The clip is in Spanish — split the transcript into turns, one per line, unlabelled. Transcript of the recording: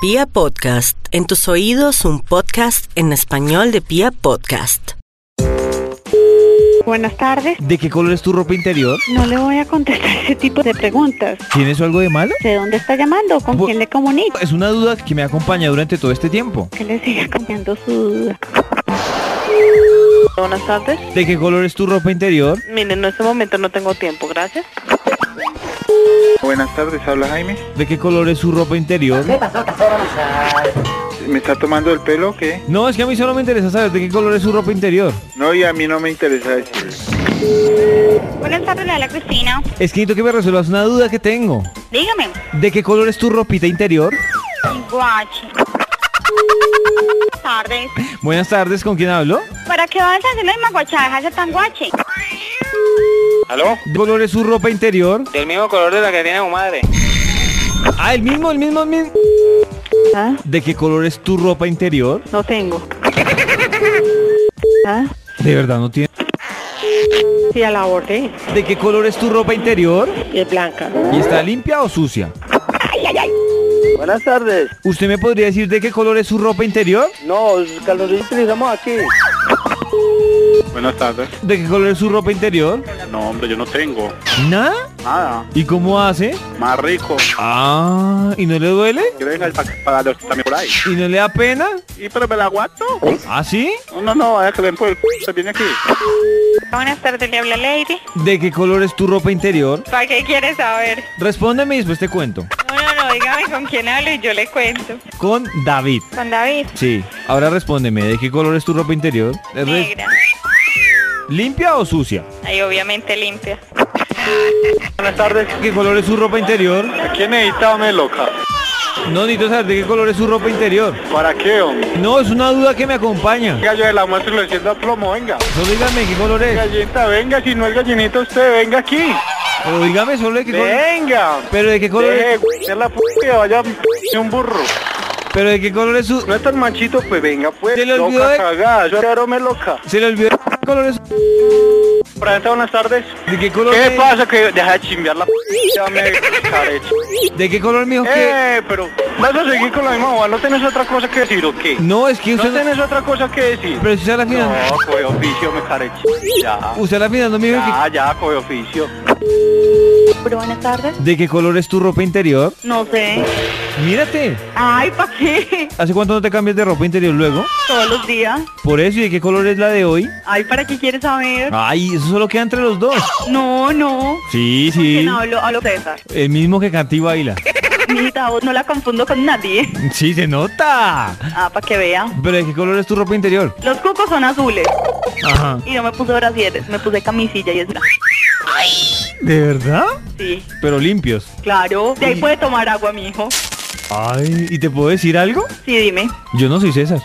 Pia Podcast, en tus oídos un podcast en español de Pia Podcast.
Buenas tardes.
¿De qué color es tu ropa interior?
No le voy a contestar ese tipo de preguntas.
¿Tiene eso algo de malo?
¿De dónde está llamando? ¿Con
Bu-
quién le comunico?
Es una duda que me acompaña durante todo este tiempo.
Que le siga cambiando su duda.
Buenas tardes.
¿De qué color es tu ropa interior?
Mire, en este momento no tengo tiempo, gracias.
Buenas tardes, habla Jaime.
¿De qué color es su ropa interior?
¿Me está tomando el pelo o qué?
No, es que a mí solo me interesa saber de qué color es su ropa interior.
No, y a mí no me interesa este. decirle.
Buenas tardes, la de la Cristina.
Es que necesito que me resuelvas una duda que tengo.
Dígame,
¿De qué color es tu ropita interior?
guachi. Buenas tardes.
Buenas tardes, ¿con quién hablo?
¿Para qué vas a hacer la misma guacha? Dejarse tan guachi.
¿Aló?
¿De qué color es su ropa interior?
Del mismo color de la que tiene tu madre.
Ah, el mismo, el mismo, el mismo.
¿Ah?
¿De qué color es tu ropa interior?
No tengo. ¿Ah?
De verdad no tiene.
Sí, a la orden.
¿De qué color es tu ropa interior?
Y es blanca.
¿Y está limpia o sucia?
Buenas tardes.
¿Usted me podría decir de qué color es su ropa interior?
No, Carlos utilizamos aquí.
Buenas tardes.
¿De qué color es su ropa interior?
No, hombre, yo no tengo
¿Nada?
nada.
¿Y cómo hace?
Más rico.
Ah, ¿y no le duele?
Que venga el pa- para los también por ahí.
¿Y no le da pena?
¿Y pero me la aguanto?
¿Ah, sí?
No, no, no, vaya que ven por el c- se viene aquí.
Buenas tardes, le habla Lady.
¿De qué color es tu ropa interior?
¿Para qué quieres saber?
Respóndeme y después te cuento.
No, no, no, dígame con quién hablo y yo le cuento.
Con David.
Con David.
Sí. Ahora respóndeme, ¿de qué color es tu ropa interior? ¿Es re-
Negra.
¿Limpia o sucia?
Ahí obviamente limpia.
Buenas tardes.
¿De qué color es su ropa interior?
¿Quién necesita, hombre, loca?
No necesito saber de qué color es su ropa interior.
¿Para qué, hombre?
No, es una duda que me acompaña.
Gallo de la muestra y lo enciendo a plomo, venga.
Solo dígame qué color es.
Gallinita, venga, si no el gallinito usted, venga aquí.
Pero dígame solo de qué color.
Venga.
Pero de qué color
Deje
es.
de c- la p que vaya p- un burro.
Pero de qué color es su.
No es tan machito, pues venga, pues.
Se le olvidó
loca,
de-
cagada. Yo ahora me loca.
Se le olvidó de qué color es.
Franza, buenas tardes.
¿De qué color
¿Qué
es?
pasa? Que deja de chimbear la p... Ya me carecho.
¿De qué color me dijo que?
Eh, pero vas a seguir con la misma boba. ¿No tenés otra cosa que decir o qué?
No, es que
¿No
usted no.
tenés otra cosa que decir?
Pero si usted a la
No,
final.
coge oficio, me carecho. Ya,
Usted a la final no me dijo
ya, ya, coge oficio.
Pero buenas tardes.
que. ¿De qué color es tu ropa interior?
No sé.
Mírate.
Ay, ¿para qué?
¿Hace cuánto no te cambias de ropa interior luego?
Todos los días.
Por eso, ¿y de qué color es la de hoy?
Ay, ¿para qué quieres saber?
Ay, eso solo queda entre los dos.
No, no.
Sí,
¿Con
sí.
quién hablo? Hablo César.
El mismo que canta y baila.
Mijita, vos no la confundo con nadie.
Sí, se nota.
Ah, para que vea.
Pero ¿de qué color es tu ropa interior?
Los cucos son azules.
Ajá.
Y no me puse brasieres, me puse camisilla y es blanca.
¿De verdad?
Sí,
Pero limpios.
claro. De ahí puede tomar agua, mi hijo.
Ay, ¿y te puedo decir algo?
Sí, dime.
Yo no soy César.